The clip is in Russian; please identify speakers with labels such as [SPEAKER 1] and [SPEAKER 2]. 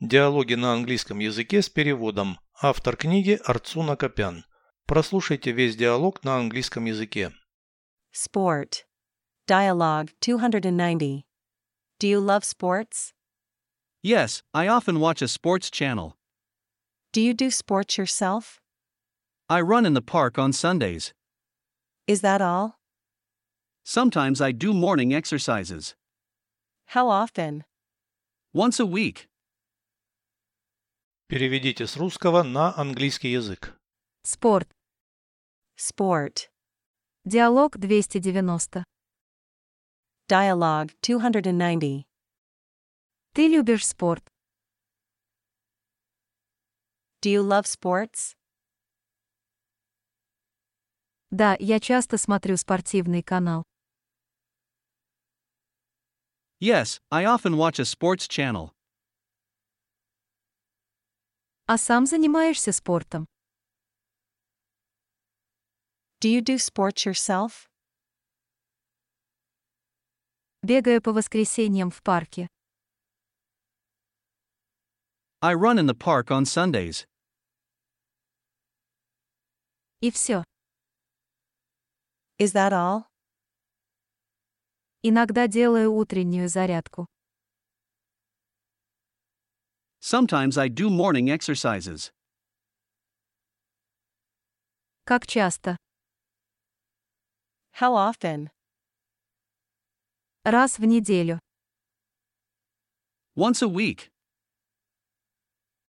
[SPEAKER 1] Диалоги на английском языке с переводом. Автор книги Арцуна Копян. Прослушайте весь диалог на английском языке.
[SPEAKER 2] Sport. Dialogue 290. Do you love sports?
[SPEAKER 3] Yes, I often watch a sports channel.
[SPEAKER 2] Do you do sports yourself?
[SPEAKER 3] I run in the park on Sundays.
[SPEAKER 2] Is that all?
[SPEAKER 3] Sometimes I do morning exercises.
[SPEAKER 2] How often?
[SPEAKER 3] Once a week.
[SPEAKER 1] Переведите с русского на английский язык.
[SPEAKER 4] Спорт.
[SPEAKER 2] Sport.
[SPEAKER 4] Диалог 290.
[SPEAKER 2] Dialogue 290.
[SPEAKER 4] Ты любишь спорт.
[SPEAKER 2] Do you love sports?
[SPEAKER 4] Да, я часто смотрю спортивный канал.
[SPEAKER 3] Yes, I often watch a sports channel.
[SPEAKER 4] А сам занимаешься спортом.
[SPEAKER 2] Do you do sports yourself?
[SPEAKER 4] Бегаю по воскресеньям в парке.
[SPEAKER 3] I run in the park on Sundays.
[SPEAKER 4] И все.
[SPEAKER 2] Is that all?
[SPEAKER 4] Иногда делаю утреннюю зарядку.
[SPEAKER 3] Sometimes I do morning exercises.
[SPEAKER 4] Как часто?
[SPEAKER 2] How often?
[SPEAKER 4] Раз в неделю.
[SPEAKER 3] Once a week.